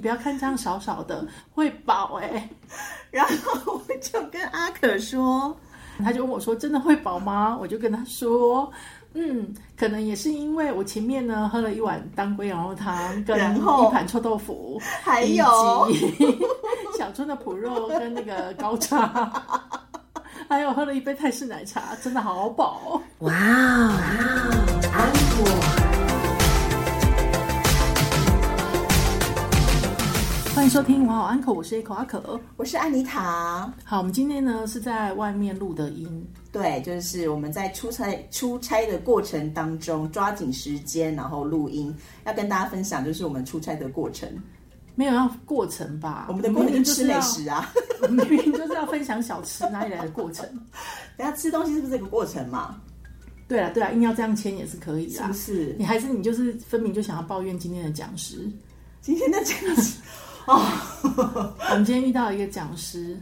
你不要看这样小小的，会饱哎、然后我就跟阿可说，他就问我说：“真的会饱吗？”我就跟他说：“嗯，可能也是因为我前面呢喝了一碗当归羊肉汤，跟然后一盘臭豆腐，还有以及 小春的脯肉跟那个高茶， 还有喝了一杯泰式奶茶，真的好饱。哇哦，安果，欢迎收听哇哦 uncle，我是 Echo 阿可。我是安妮塔，好，我们今天呢是在外面录的音，对，就是我们在出差出差的过程当中，抓紧时间，然后录音，要跟大家分享就是我们出差的过程，没有要过程吧？我们的过程明明就是吃美要，食啊， 我们明明就是要 分享小吃哪里来的过程。等下吃东西是不是这个过程嘛？对啊，对啊，硬要这样签也是啊可以是啦不。是你？还是你就是分明就想要抱怨今天的讲师。今天的这样 子哦，我们今天遇到一个讲师，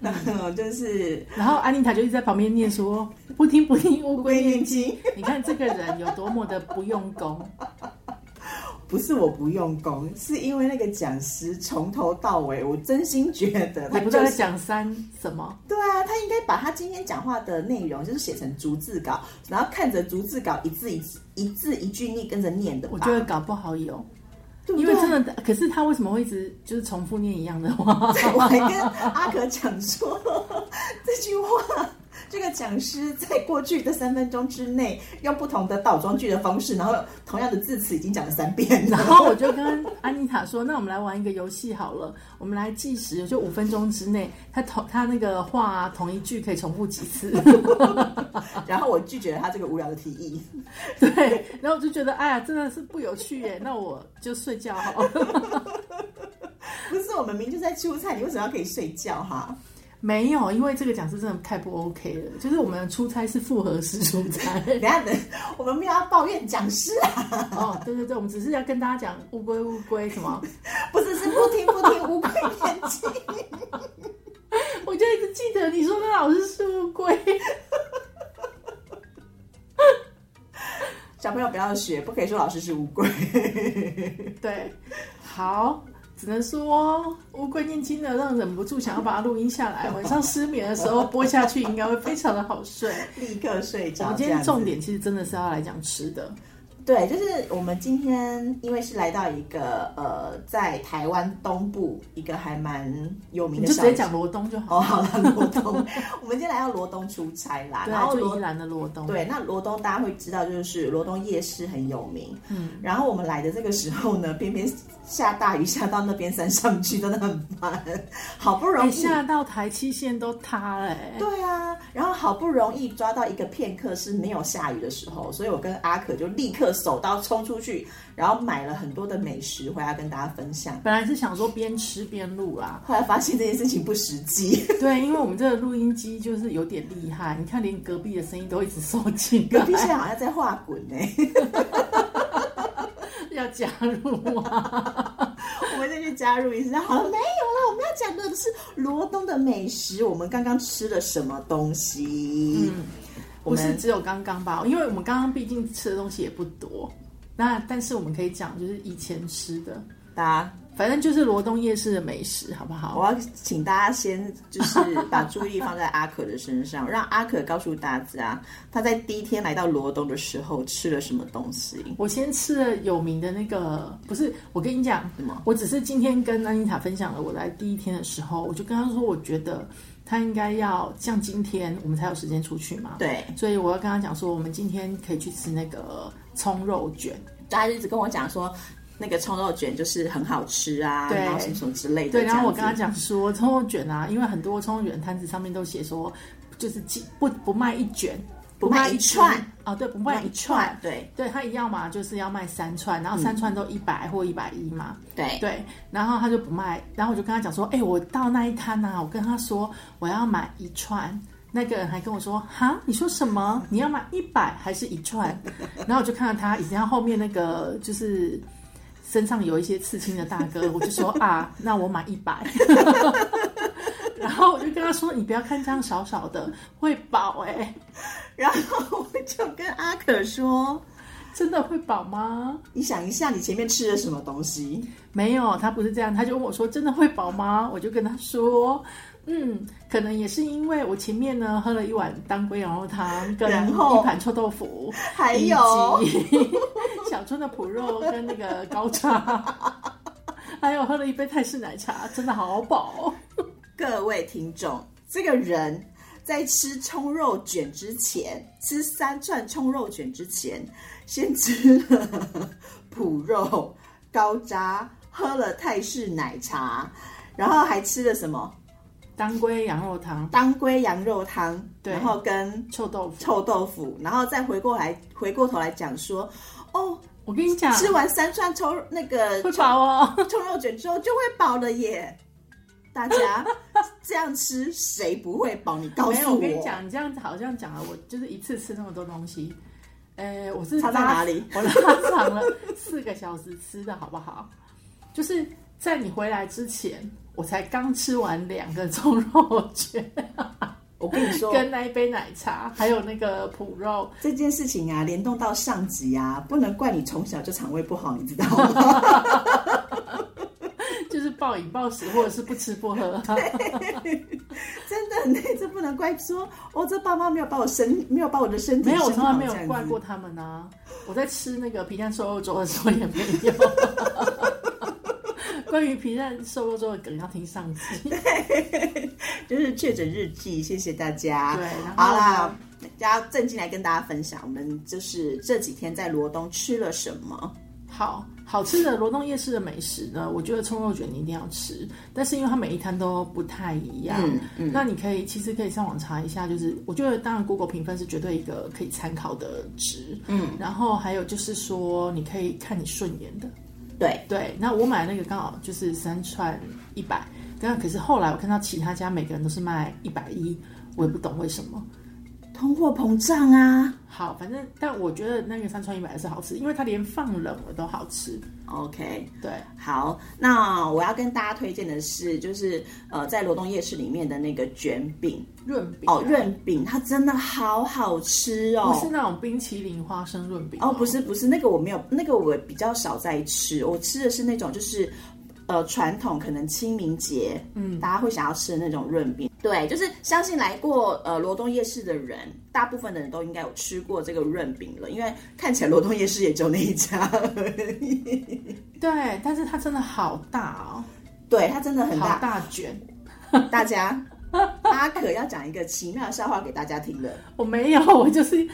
那就是然后安妮塔就一直在旁边念说：“不听不听，乌归龟念念经。经，”你看这个人有多么的不用功。不是我不用功，是因为那个讲师从头到尾，我真心觉得你他不就知道在是讲三什么？对啊，他应该把他今天讲话的内容就是写成逐字稿，然后看着逐字稿一字一字一字一句念跟着念的吧。我觉得搞不好有，对不因对为真的，可是他为什么会一直就是重复念一样的话？ 我还跟阿可讲说这句话，这个讲师在过去的三分钟之内，用不同的倒装句的方式，然后同样的字词已经讲了三 遍 然了。后我就跟安妮塔说：“那我们来玩一个游戏好了，我们来计时，就五分钟之内，他同他那个话、同一句可以重复几次。” 然后我拒绝了他这个无聊的提议。对，然后我就觉得，哎呀，真的是不有趣耶，那我就睡觉好了。不是我们明明就在出差，你为什么要可以睡觉哈？ 没有，因为这个讲师真的太不 OK 了，就是我们出差是复合式出差。等一下等，我们没有要抱怨讲师啊， 哦，对对对，我们只是要跟大家讲乌龟乌龟什 么，不是是不听不听无愧念经。我就一直记得你说那老师是乌龟。小朋友不要学，不可以说老师是乌 龟。对，好。只能说乌龟念经的，让忍不住想要把它录音下来。晚上失眠的时候播下去，应该会非常的好 睡。立刻睡我着。们今这样天子重点其实真的是要来讲吃的，对，就是我们今天因为是来到一个呃，在台湾东部一个还蛮有名你的就小直接讲罗东就好。哦，好了，罗东， 我们今天来到罗东出差啦，对然啊，后就宜罗。兰的罗东。哎对，那罗东大家会知道，就是罗东夜市很有名。嗯，然后我们来的这个时候呢，偏偏下大雨，下到那边山上去，真的很烦。好不容哎，易吓到台七线都塌了、哎对啊，然后好不容易抓到一个片刻是没有下雨的时候，所以我跟阿可就立刻手刀冲出去，然后买了很多的美食回来跟大家分享。本来是想说边吃边录 啦，后来发现这件事情不实际， 对，因为我们这个录音机就是有点厉害，你看连隔壁的声音都一直收进隔壁来，现在好像在画滚呢、 要加入啊。我们再去加入一下。好了，没有了，我们要讲的是罗东的美食，我们刚刚吃了什么东西？嗯，我不是们只有刚刚吧？因为我们刚刚毕竟吃的东西也不多，那但是我们可以讲就是以前吃的，大家，反正就是罗东夜市的美食，好不我好？要请大家先就是把注意力放在阿可的身上，让阿可告诉大家，他在第一天来到罗东的时候吃了什么东西。我先吃了有名的那个，不是我跟你讲，什么？我只是今天跟安妮塔分享了我来第一天的时候，我就跟她说，我觉得她应该要像今天我们才有时间出去嘛，对，所以我要跟她讲说，我们今天可以去吃那个葱肉卷，大家一直跟我讲说。那个葱肉卷就是很好吃啊，对然后什么什么之类的。对，然后我这跟她样子讲说，葱肉卷啊，因为很多葱肉卷摊子上面都写说，就是几不不卖一卷，不卖一串只哦，对，不卖一串，对对他一样嘛，就是要卖三串，然后三串都一百或一百一嘛，对对，然后他就不卖，然后我就跟他讲说，哎、我到那一摊啊，我跟他说我要买一串，那个人还跟我说，哈，你说什么？你要买一百还是一串？ 然后我就看到他，以前他后面那个就是身上有一些刺青的大哥，我就说啊，那我买一百。 然后我就跟他说：“你不要看这样小小的，会饱哎、然后我就跟阿可说，真的会饱吗？你想一下，你前面吃了什么东西？没有，他不是这样，他就问我说：“真的会饱吗？”我就跟他说：“嗯，可能也是因为我前面呢喝了一碗当归羊肉汤，跟然后一盘臭豆腐，还有以及 小春的脯肉跟那个高叉， 还有喝了一杯泰式奶茶，真的好饱。各位听众，这个人在吃葱肉卷之前，吃三串葱肉卷之前，先吃了 脯肉、高渣，喝了泰式奶茶，然后还吃了什么当归羊肉汤、当归羊肉汤，对然后跟臭豆腐，臭豆腐，然后再回过来回过头来讲说，哦，我跟你讲，吃完三串葱那个会饱哦。” 葱肉卷之后就会饱了耶。大家这样吃谁不会饱？你告没诉有，我跟你讲，你这样子好像讲了，我就是一次吃那么多东西，呃，我是差在拉哪里 我拉长了四个小时吃的好不好？就是在你回来之前，我才刚吃完两个葱肉卷，我跟你说跟那一杯奶茶，还有那个脯肉。这件事情啊，联动到上级啊，不能怪你从小就肠胃不好，你知道 吗？就是暴饮暴食，或者是不吃不喝， 真的很累，这不能怪说哦，这爸妈没有把我身没有把我的身体没有，我生从来好没有这样怪子过他们啊。我在吃那个皮蛋瘦肉粥的时候也没有。 关于皮蛋瘦肉粥的梗，要听上集。就是确诊日记，谢谢大家。对然后呢好啦，大家正经来跟大家分享，我们就是这几天在罗东吃了什么。好好吃的罗东夜市的美食呢，我觉得葱肉卷你一定要吃，但是因为它每一摊都不太一样，嗯嗯那你可以其实可以上网查一下，就是我觉得当然 Google 评分是绝对一个可以参考的值，嗯，然后还有就是说你可以看你顺眼的，对，对，那我买那个刚好就是三串一百，但可是后来我看到其他家每个人都是卖一百一，我也不懂为什么。通货膨胀啊。好，反正但我觉得那个三串一百是好吃，因为它连放冷了都好吃， OK，对。好，那我要跟大家推荐的是，就是呃，在罗东夜市里面的那个卷饼润饼哦，润饼，它真的好好吃不是哦。那种冰淇淋花生润饼哦，不，是不是，那个我没有，那个我比较少在吃，我吃的是那种就是。呃，传统可能清明节，嗯，大家会想要吃的那种润饼，对，就是相信来过呃罗东夜市的人，大部分的人都应该有吃过这个润饼了，因为看起来罗东夜市也就那一家而已。对，但是它真的好大哦， 对，它真的很好大，大卷， 大家，阿可要讲一个奇妙的笑话给大家听了。我没有，我就是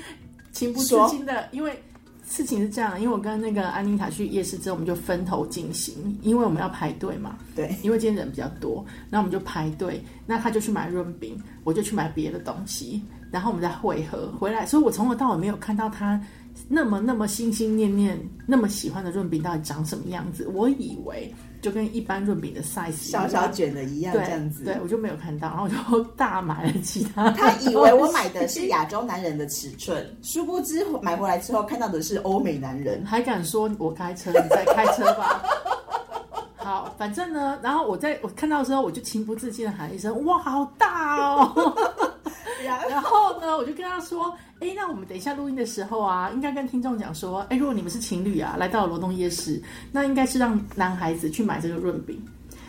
情不自说禁的，因为。事情是这样，因为我跟那个安妮塔去夜市之后，我们就分头进行，因为我们要排队嘛。对，因为今天人比较多，那我们就排队。那他就去买润饼，我就去买别的东西，然后我们再汇合回来。所以我从头到尾没有看到他那么那么心心念念、那么喜欢的润饼到底长什么样子。我以为就跟一般润饼的 size 一小样小卷的一样对这样子。对，我就没有看到，然后我就大买了其他。 他以为我买的是亚洲男人的尺寸，殊不知买回来之后看到的是欧美男人。还敢说我开车？你在开车吧？ 好，反正呢，然后我在我看到的时候，我就情不自禁的喊一声：“哇，好大哦！” 然后呢，我就跟他说：“哎，那我们等一下录音的时候啊，应该跟听众讲说，哎，如果你们是情侣啊，来到罗东夜市，那应该是让男孩子去买这个润饼。”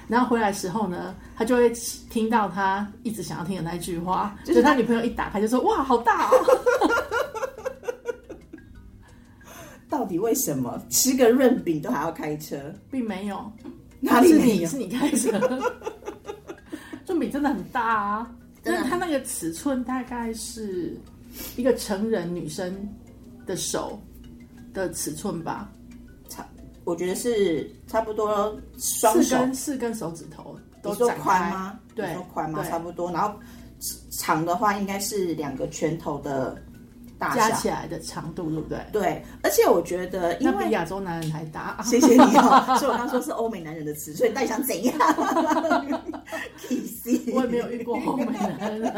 然后回来的时候呢，他就会听到他一直想要听的那一句话，就就是是他他女朋友一打开就说：“哇，好大、哦！” 到底为什么吃个润饼都还要开车？并没有，哪里是没你啊有是你开车， 润饼真的很大啊，真但的是它那个尺寸大概是一个成人女生的手的尺寸吧，我觉得是差不多双四手，根四根手指头你都说展宽开吗？你对说，宽吗？对差不多。然后长的话应该是两个拳头的大加小。起来的长度对不对？对，而且我觉得因那为比亚洲男人还大，谢谢你哦，所以我刚说是欧美男人的词，所以你到底想怎样？ 体系，我也没有遇过欧美男人。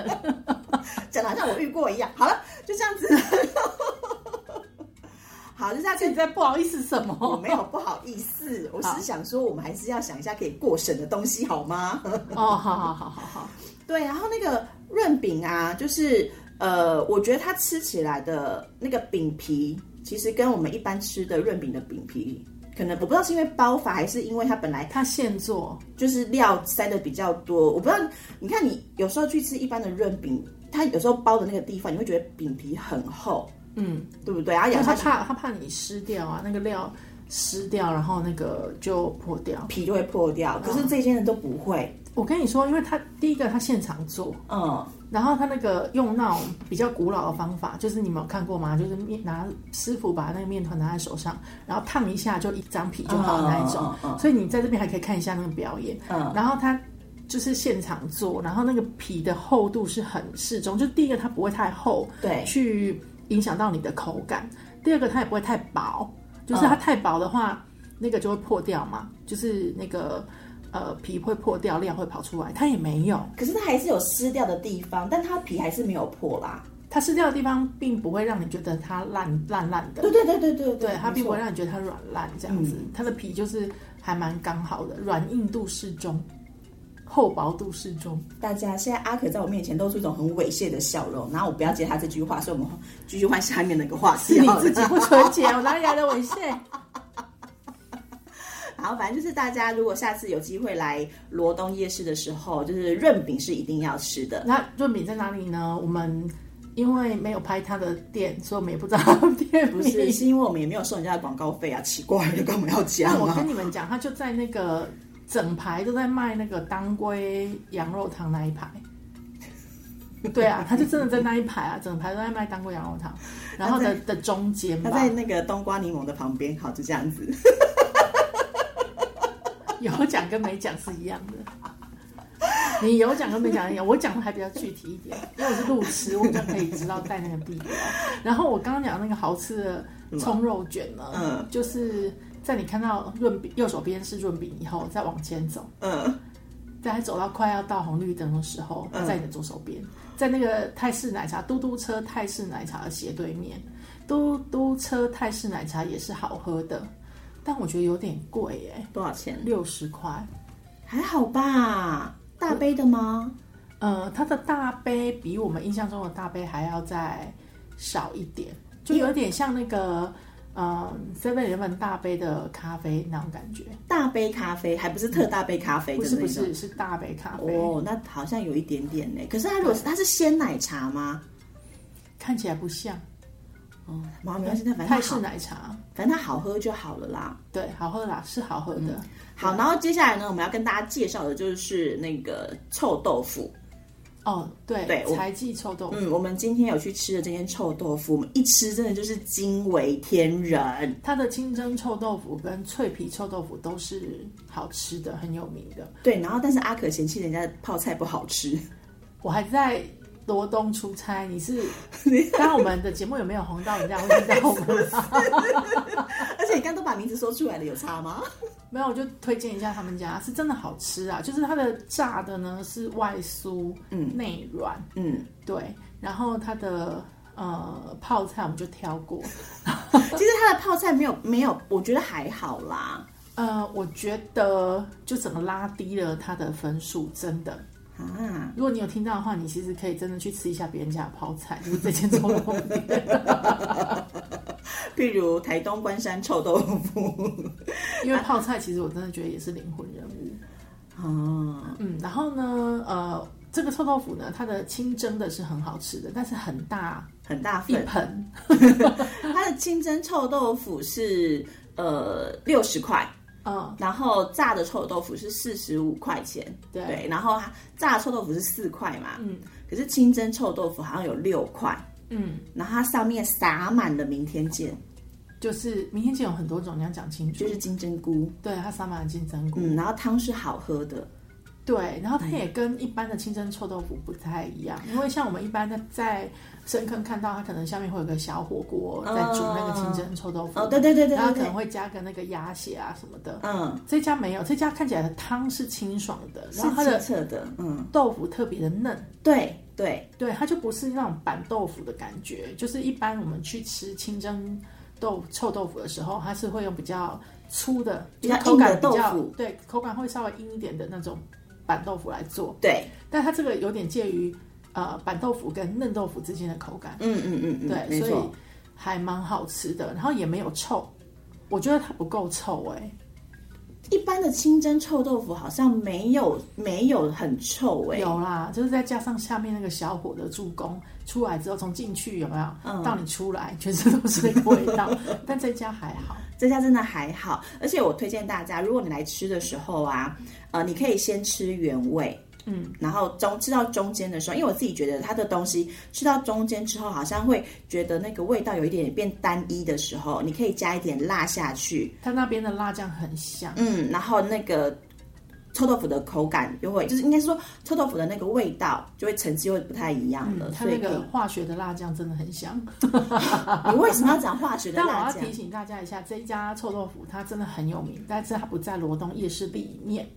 讲的好像我遇过一样。好了，就这样子。 好，就这样你子。在不好意思什我么？没有不好意思，我是想说，我们还是要想一下可以过审的东西，好吗？ 哦，好好好好好，对，然后那个啊润饼啊，就是呃，我觉得它吃起来的那个饼皮其实跟我们一般吃的润饼的饼皮，可能我不知道是因为包法还是因为它本来它现做，就是料塞的比较多，我不知道。你看你有时候去吃一般的润饼，它有时候包的那个地方，你会觉得饼皮很厚，嗯，对不对？啊然后因咬为下它去怕它怕你湿掉啊，那个料湿掉，然后那个就破掉。皮就会破掉，可是这些人都不会。我跟你说，因为它第一个它现场做，嗯，然后它那个用那种比较古老的方法，就是你们有看过吗？就是面拿师傅把那个面团拿在手上，然后烫一下就一张皮就好的那一种。嗯嗯嗯所以你在这边还可以看一下那个表演。嗯然后它就是现场做，然后那个皮的厚度是很适中，就第一个它不会太厚，对去影响到你的口感；第二个它也不会太薄，嗯就是它太薄的话，那个就会破掉嘛，就是那个呃皮会破掉，料会跑出来，它也没有。可是它还是有湿掉的地方，但它皮还是没有破啦。它湿掉的地方并不会让你觉得它烂烂烂的对，对对对对对对，它并不会让你觉得它软烂这样子嗯，它的皮就是还蛮刚好的，软硬度适中，厚薄度适中。大家现在阿可在我面前露出一种很猥亵的笑容，然后我不要接他这句话，所以我们继续换下面那个话题。是你自己不纯洁，我哪里来的猥亵？ 然后反正就是大家如果下次有机会来罗东夜市的时候，就是润饼是一定要吃的。那润饼在哪里呢？我们因为没有拍它的店，所以我们也不知道它的店名不 是，。是因为我们也没有收人家的广告费啊，奇怪了，干嘛要讲那我啊跟？你们讲，它就在那个整排都在卖那个当归羊肉汤那一 排。对啊，它就真的在那一排啊，整排都在卖当归羊肉汤，然后的的中间他吧，在那个冬瓜柠檬的旁边，好，就这样子。有讲跟没讲是一样的。你有讲跟没讲一样，我讲的还比较具体一点，因为我是路痴，我比较可以知道在那个地方。然后我刚刚讲那个好吃的葱肉卷呢，嗯就是在你看到润饼右手边是润饼以后，再往前走，嗯，在走到快要到红绿灯的时候，在你的左手边，在那个泰式奶茶嘟嘟车泰式奶茶的斜对面，嘟嘟车泰式奶茶也是好喝的，但我觉得有点贵耶、哎多少钱？六十块。还好吧，大杯的吗？呃，它的大杯比我们印象中的大杯还要再少一点，就有点像那个呃 Seven 原本大杯的咖啡那种感觉，大杯咖啡，还不是特大杯咖啡不的是那不种。是是大杯咖啡，哦，那好像有一点点呢。可是它如果是它是鲜奶茶吗？看起来不像哦，妈没关系，那反正它泰式好，奶茶，反正它好喝就好了啦。对，好喝啦，是好喝嗯的。好，然后接下来呢，我们要跟大家介绍的就是那个臭豆腐。哦，对，对我柴记臭豆腐，嗯，我们今天有去吃的这间臭豆腐，我们一吃真的就是惊为天人。它的清蒸臭豆腐跟脆皮臭豆腐都是好吃的，很有名的。对，然后但是阿可嫌弃人家的泡菜不好吃，我还在罗东出差，你 是当然我们的节目有没有红到人家会听到我们啊吗？而且你刚刚都把名字说出来了，有差吗？ 没有，我就推荐一下他们家，是真的好吃啊！就是它的炸的呢是外酥，嗯，内软，嗯，对，然后它的呃泡菜我们就挑过，其实它的泡菜没有没有，我觉得还好啦。呃，我觉得就整个拉低了它的分数，真的。啊，如果你有听到的话，你其实可以真的去吃一下别人家的泡菜， 就是这间中国店，譬如台东关山臭豆腐因为泡菜其实我真的觉得也是灵魂人物。啊，嗯，然后呢，呃，这个臭豆腐呢，它的清蒸的是很好吃的，但是很大很大一份。盆，它的清蒸臭豆腐是呃六十块，嗯，然后炸的臭豆腐是四十五块钱，对然后它炸的臭豆腐是四块嘛，嗯，可是清蒸臭豆腐好像有六块，嗯，然后它上面撒满了明天见，就是明天见有很多种，你要讲清楚。就是金针菇，对，它撒满了金针菇。嗯，然后汤是好喝的，对，然后哎它也跟一般的清蒸臭豆腐不太一样，因为像我们一般在在深坑看到，它可能下面会有个小火锅在煮那个清蒸臭豆腐。哦，对对对对然后对可能对，会加个那个鸭血啊什么的。嗯，这家没有，这家看起来的汤是清爽的，是然后它清的澈的，嗯，豆腐特别的嫩，对对，对，它就不是那种板豆腐的感觉，就是一般我们去吃清蒸豆臭豆腐的时候，它是会用比较粗的，比较就是口感硬的豆比较腐对，口感会稍微硬一点的那种板豆腐来做，对，但它这个有点介于呃板豆腐跟嫩豆腐之间的口感，嗯嗯嗯嗯，对，没所错，以还蛮好吃的，然后也没有臭，我觉得它不够臭哎、一般的清蒸臭豆腐好像没有没有很臭哎、有啦，就是再加上下面那个小火的助攻，出来之后从进去有没有、嗯到你出来，全身都是那个味 道，但在家还好。这家真的还好，而且我推荐大家，如果你来吃的时候啊，呃，你可以先吃原味，嗯，然后中吃到中间的时候，因为我自己觉得它的东西吃到中间之后，好像会觉得那个味道有一点点变单一的时候，你可以加一点辣下去，它那边的辣酱很香，嗯，然后那个臭豆腐的口感就会，就是应该是说臭豆腐的那个味道就会层次又不太一样了，嗯它所以那可以个。化学的辣酱真的很香。你为什么要讲化学的但我辣 要酱提？醒大家一下，这一家臭豆腐它真的很有名，但是它不在罗东夜市里面，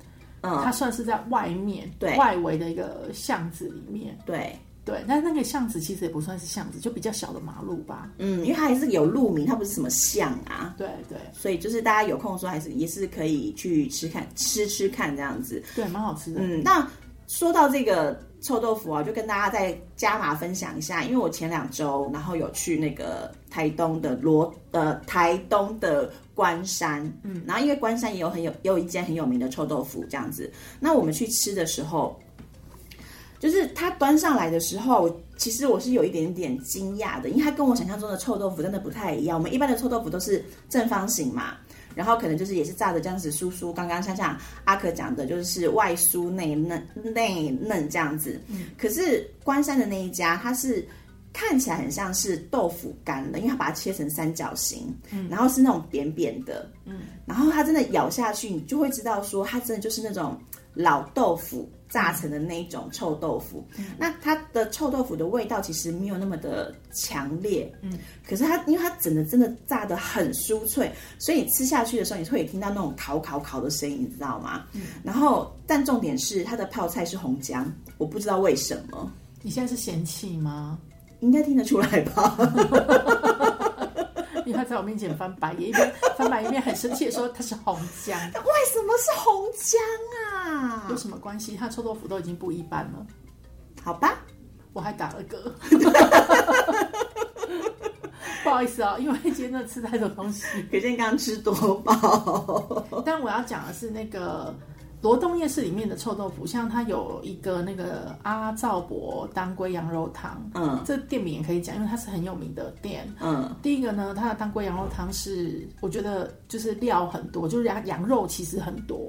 它算是在外面对外围的一个巷子里面。对，对，但那个巷子其实也不算是巷子，就比较小的马路吧。嗯，因为它还是有路名，它不是什么巷啊。对对所以就是大家有空的时候，还是也是可以去吃看吃吃看这样子。对，蛮好吃的。嗯，那说到这个臭豆腐啊，就跟大家再加码分享一下，因为我前两周然后有去那个台东的罗呃台东的关山，嗯，然后因为关山也有很有也有一间很有名的臭豆腐这样子，那我们去吃的时候。就是它端上来的时候，其实我是有一点点惊讶的，因为它跟我想象中的臭豆腐真的不太一样。我们一般的臭豆腐都是正方形嘛，然后可能就是也是炸的这样子酥酥，刚刚像像阿可讲的，就是外酥内嫩内嫩这样子。可是关山的那一家，它是看起来很像是豆腐干的，因为它把它切成三角形，然后是那种扁扁的，嗯，然后它真的咬下去，你就会知道说它真的就是那种老豆腐炸成的那一种臭豆腐。那它的臭豆腐的味道其实没有那么的强烈，嗯，可是它因为它整的真的炸得很酥脆，所以你吃下去的时候，你会有听到那种烤烤烤的声音，你知道吗？然后但重点是它的泡菜是红姜，我不知道为什么。你现在是嫌弃吗？应该听得出来吧？因为他在我面前翻白眼，一边翻白眼一边很生气的说它是红姜，为什么是红姜啊有？什么关系？它臭豆腐都已经不一般了，好吧，我还打了嗝。不好意思啊、因为今天真的吃太多东西。可见刚吃多饱。 但我要讲的是那个罗东夜市里面的臭豆腐，像它有一个那个阿兆伯当归羊肉汤，嗯这店名也可以讲，因为它是很有名的店。嗯，第一个呢，它的当归羊肉汤是我觉得就是料很多，就是羊羊肉其实很多，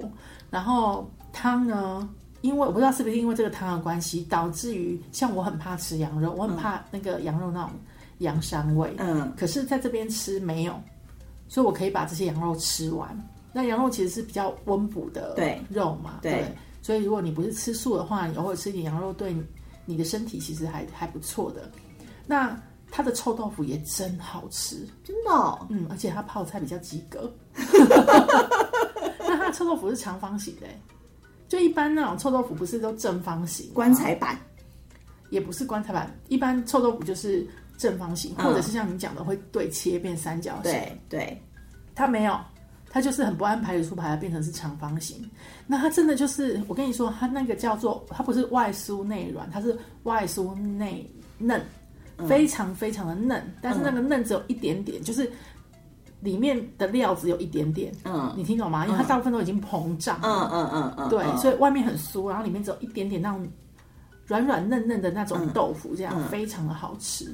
然后汤呢。因为我不知道是不是因为这个汤的关系，导致于像我很怕吃羊肉，我很怕那个羊肉那种羊膻味。嗯，可是在这边吃没有，所以我可以把这些羊肉吃完。那羊肉其实是比较温补的对肉嘛，对所以如果你不是吃素的话，你偶尔吃一点羊肉，对你你的身体其实还还不错的。那它的臭豆腐也真好吃，真的哦、嗯，而且它泡菜比较及 格。那它的臭豆腐是长方形的欸，就一般那种臭豆腐不是都正方形吗棺材板。也不是棺材板，一般臭豆腐就是正方形，嗯或者是像你讲的会对切变三角形。对对，它没有，它就是很不按牌理出牌，变成是长方形。那它真的就是，我跟你说，它那个叫做，它不是外酥内软，它是外酥内嫩，嗯非常非常的嫩，但是那个嫩只有一点点，就是里面的料只有一点点，嗯你听懂吗？因为它大部分都已经膨胀了，嗯嗯嗯嗯，对，嗯所以外面很酥，然后里面只有一点点那种软软嫩嫩的那嗯种豆腐，这样、非常的好吃。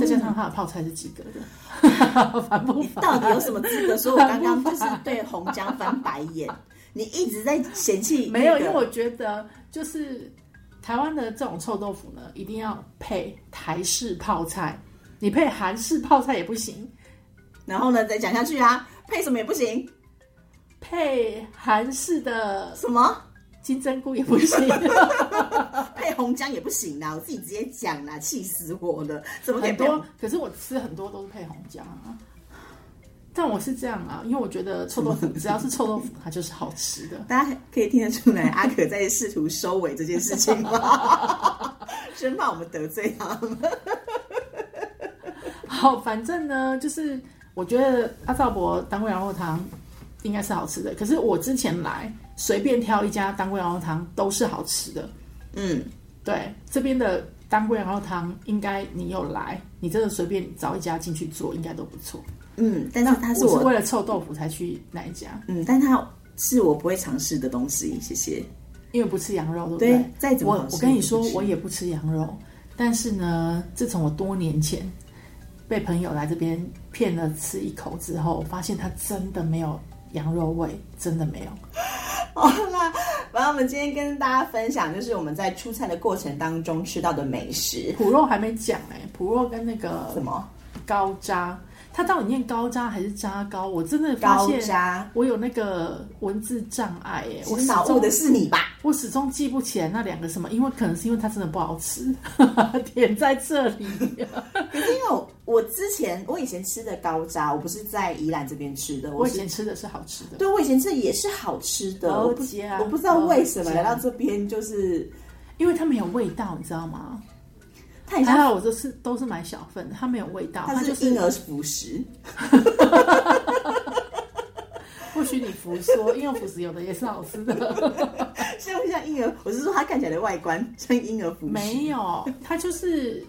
再加上它的泡菜是及格 的，烦不烦？到底有什么资格说我刚刚就是对红姜翻白 眼？你一直在嫌弃、没有，那因个为我觉得就是台湾的这种臭豆腐呢，一定要配台式泡菜，你配韩式泡菜也不行，然后呢，再讲下去啊，配什么也不行，配韩式的什么 金针菇也不行，配红姜也不行啦，我自己直接讲啦，气死我了！怎么可以很 配多。可是我吃很多都是配红姜啊。但我是这样啊，因为我觉得臭豆腐只要是臭豆腐，它就是好吃的。大家可以听得出来， 阿可在试图收尾这件事情吗？ 生怕我们得罪他。好，反正呢，就是我觉得阿赵伯当归羊肉汤应该是好吃的。可是我之前来随便挑一家当归羊肉汤都是好吃的。嗯，对，这边的当归熬汤，应该你有来，你真的随便找一家进去做，应该都不错。嗯，但是它是我我是为了臭豆腐才去那一家，嗯，但它是我不会尝试的东西，谢谢。因为不吃羊肉，对不对再怎么好我吃我跟你说也不，吃我也不吃羊肉，但是呢，自从我多年前被朋友来这边骗了吃一口之后，发现它真的没有羊肉味，真的没有。 好啦，然后我们今天跟大家分享，就是我们在出差的过程当中吃到的美食。脯肉还没讲哎、脯肉跟那个什么高渣，它到底念高渣还是渣高？我真的发高现渣？我有那个文字障碍哎、我我始脑终雾的是你吧？我始终记不起来那两个什么，因为可能是因为它真的不好吃， 点在这里。 因为我我之前我以前吃的高渣，我不是在宜兰这边吃的，我以是前吃的是好吃的，对我以前吃的也是好吃的，高我不渣我不知道为什高么渣来到这边就是因为它没有味道，你知道吗？它很还像好我这次都是买小份的，它没有味道，它它就是婴儿辅食，不许你服说，因为辅食有的也是好 吃的。 像不像婴儿？我是说它看起来的外观像婴儿辅食，没有，它就是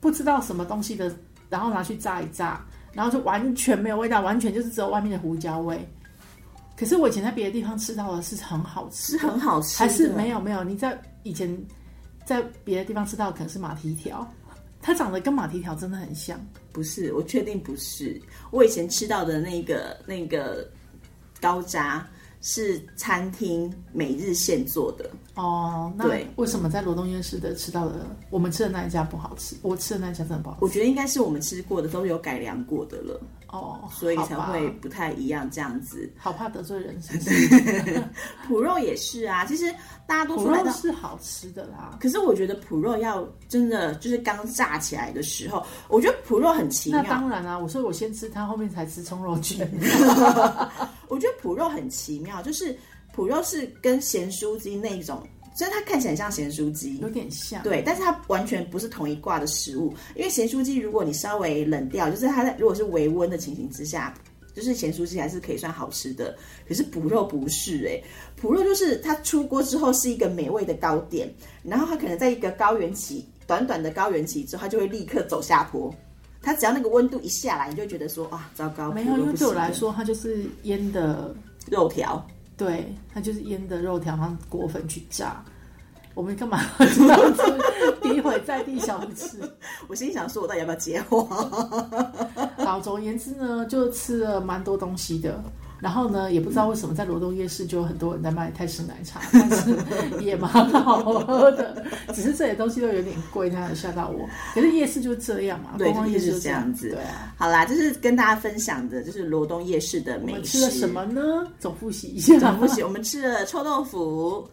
不知道什么东西的，然后拿去炸一炸，然后就完全没有味道，完全就是只有外面的胡椒味。可是我以前在别的地方吃到的是很好吃是的，很好吃的，还是没有没有？你在以前在别的地方吃到的可能是马蹄条，它长得跟马蹄条真的很像。不是，我确定不是。我以前吃到的那个那个高渣是餐厅每日现做的，哦，那对为什么在罗东夜市的吃到的我们吃的那一家不好吃？我吃的那一家真的不好吃我觉得应该是我们吃过的都有改良过的了，哦，所以好才吧会不太一样这样子。好怕得罪人，是不是？ 脯肉也是啊，其实大家都土说来肉到。是好吃的啦，可是我觉得脯肉要真的就是刚炸起来的时候，我觉得脯肉很奇那妙。当然啦、啊我说我先吃它，后面才吃葱肉卷。嗯我觉得脯肉很奇妙，就是脯肉是跟咸酥鸡那一种，虽然它看起来很像咸酥鸡，有点像。对，但是它完全不是同一挂的食物，因为咸酥鸡如果你稍微冷掉，就是它在如果是微温的情形之下，就是咸酥鸡还是可以算好吃的。可是脯肉不是哎、脯肉就是它出锅之后是一个美味的糕点，然后它可能在一个高原期短短的高原期之后，它就会立刻走下坡。它只要那个温度一下来，你就会觉得说啊，糟糕，没脯有，肉因为不对我行了来说，它就是腌的，肉条对，它就是腌的肉条，然后裹粉去炸。我们干嘛 这样子诋毁在地小吃？我心里想说，我到底要不要接话？ 好，总而言之呢，就吃了蛮多东西的。然后呢，也不知道为什么在罗东夜市就有很多人在卖泰式奶茶，但是也蛮好喝 的。只是这些东西都有点贵，它有吓到我。可是夜市就这样嘛，对观光夜市就是就这样子对啊，好啦，就是跟大家分享的，就是罗东夜市的我美们食。吃了什么呢？总复习一下。 总复习，我们吃了臭豆腐，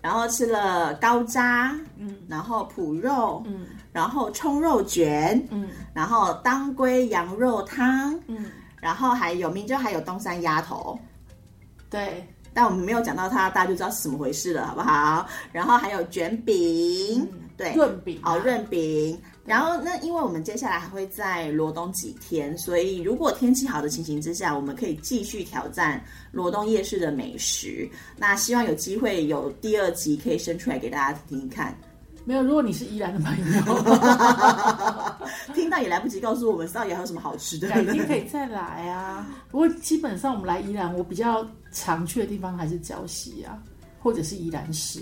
然后吃了高渣，嗯，然后脯肉，嗯，然后葱肉卷，嗯，然后当归羊肉汤，嗯，然后还有明州还有东山鸭头， 对，但我们没有讲到它，大家就知道是怎么回事了，好不好？然后还有卷饼，对，润饼啊哦，润饼。然后那因为我们接下来还会在罗东几天，所以如果天气好的情形之下，我们可以继续挑战罗东夜市的美食。那希望有机会有第二集可以生出来给大家听听看，没有。如果你是宜兰的朋友，听到也来不及告诉我们到底还有什么好吃的。改天可以再来啊。不过基本上我们来宜兰，我比较常去的地方还是礁溪啊，或者是宜兰市。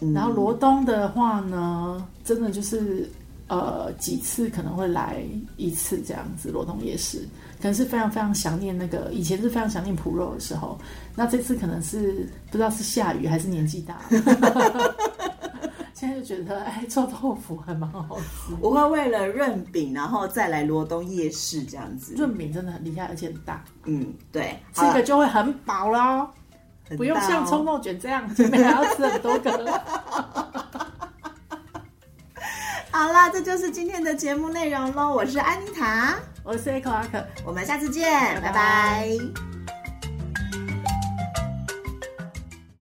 嗯然后罗东的话呢，真的就是呃几次可能会来一次这样子。罗东夜市可能是非常非常想念那个以前是非常想念脯肉的时候，那这次可能是不知道是下雨还是年纪大了现在就觉得哎臭豆腐还蛮好吃，我会为了润饼，然后再来罗东夜市这样子。润饼真的很厉害，而且很大，嗯，对，吃好一了个就会很饱喽，很不用大像哦葱肉卷这样前面还要吃很多个。好啦，这就是今天的节目内容喽。我是安妮塔，我是 Echo 阿可。我们下次见，拜拜拜拜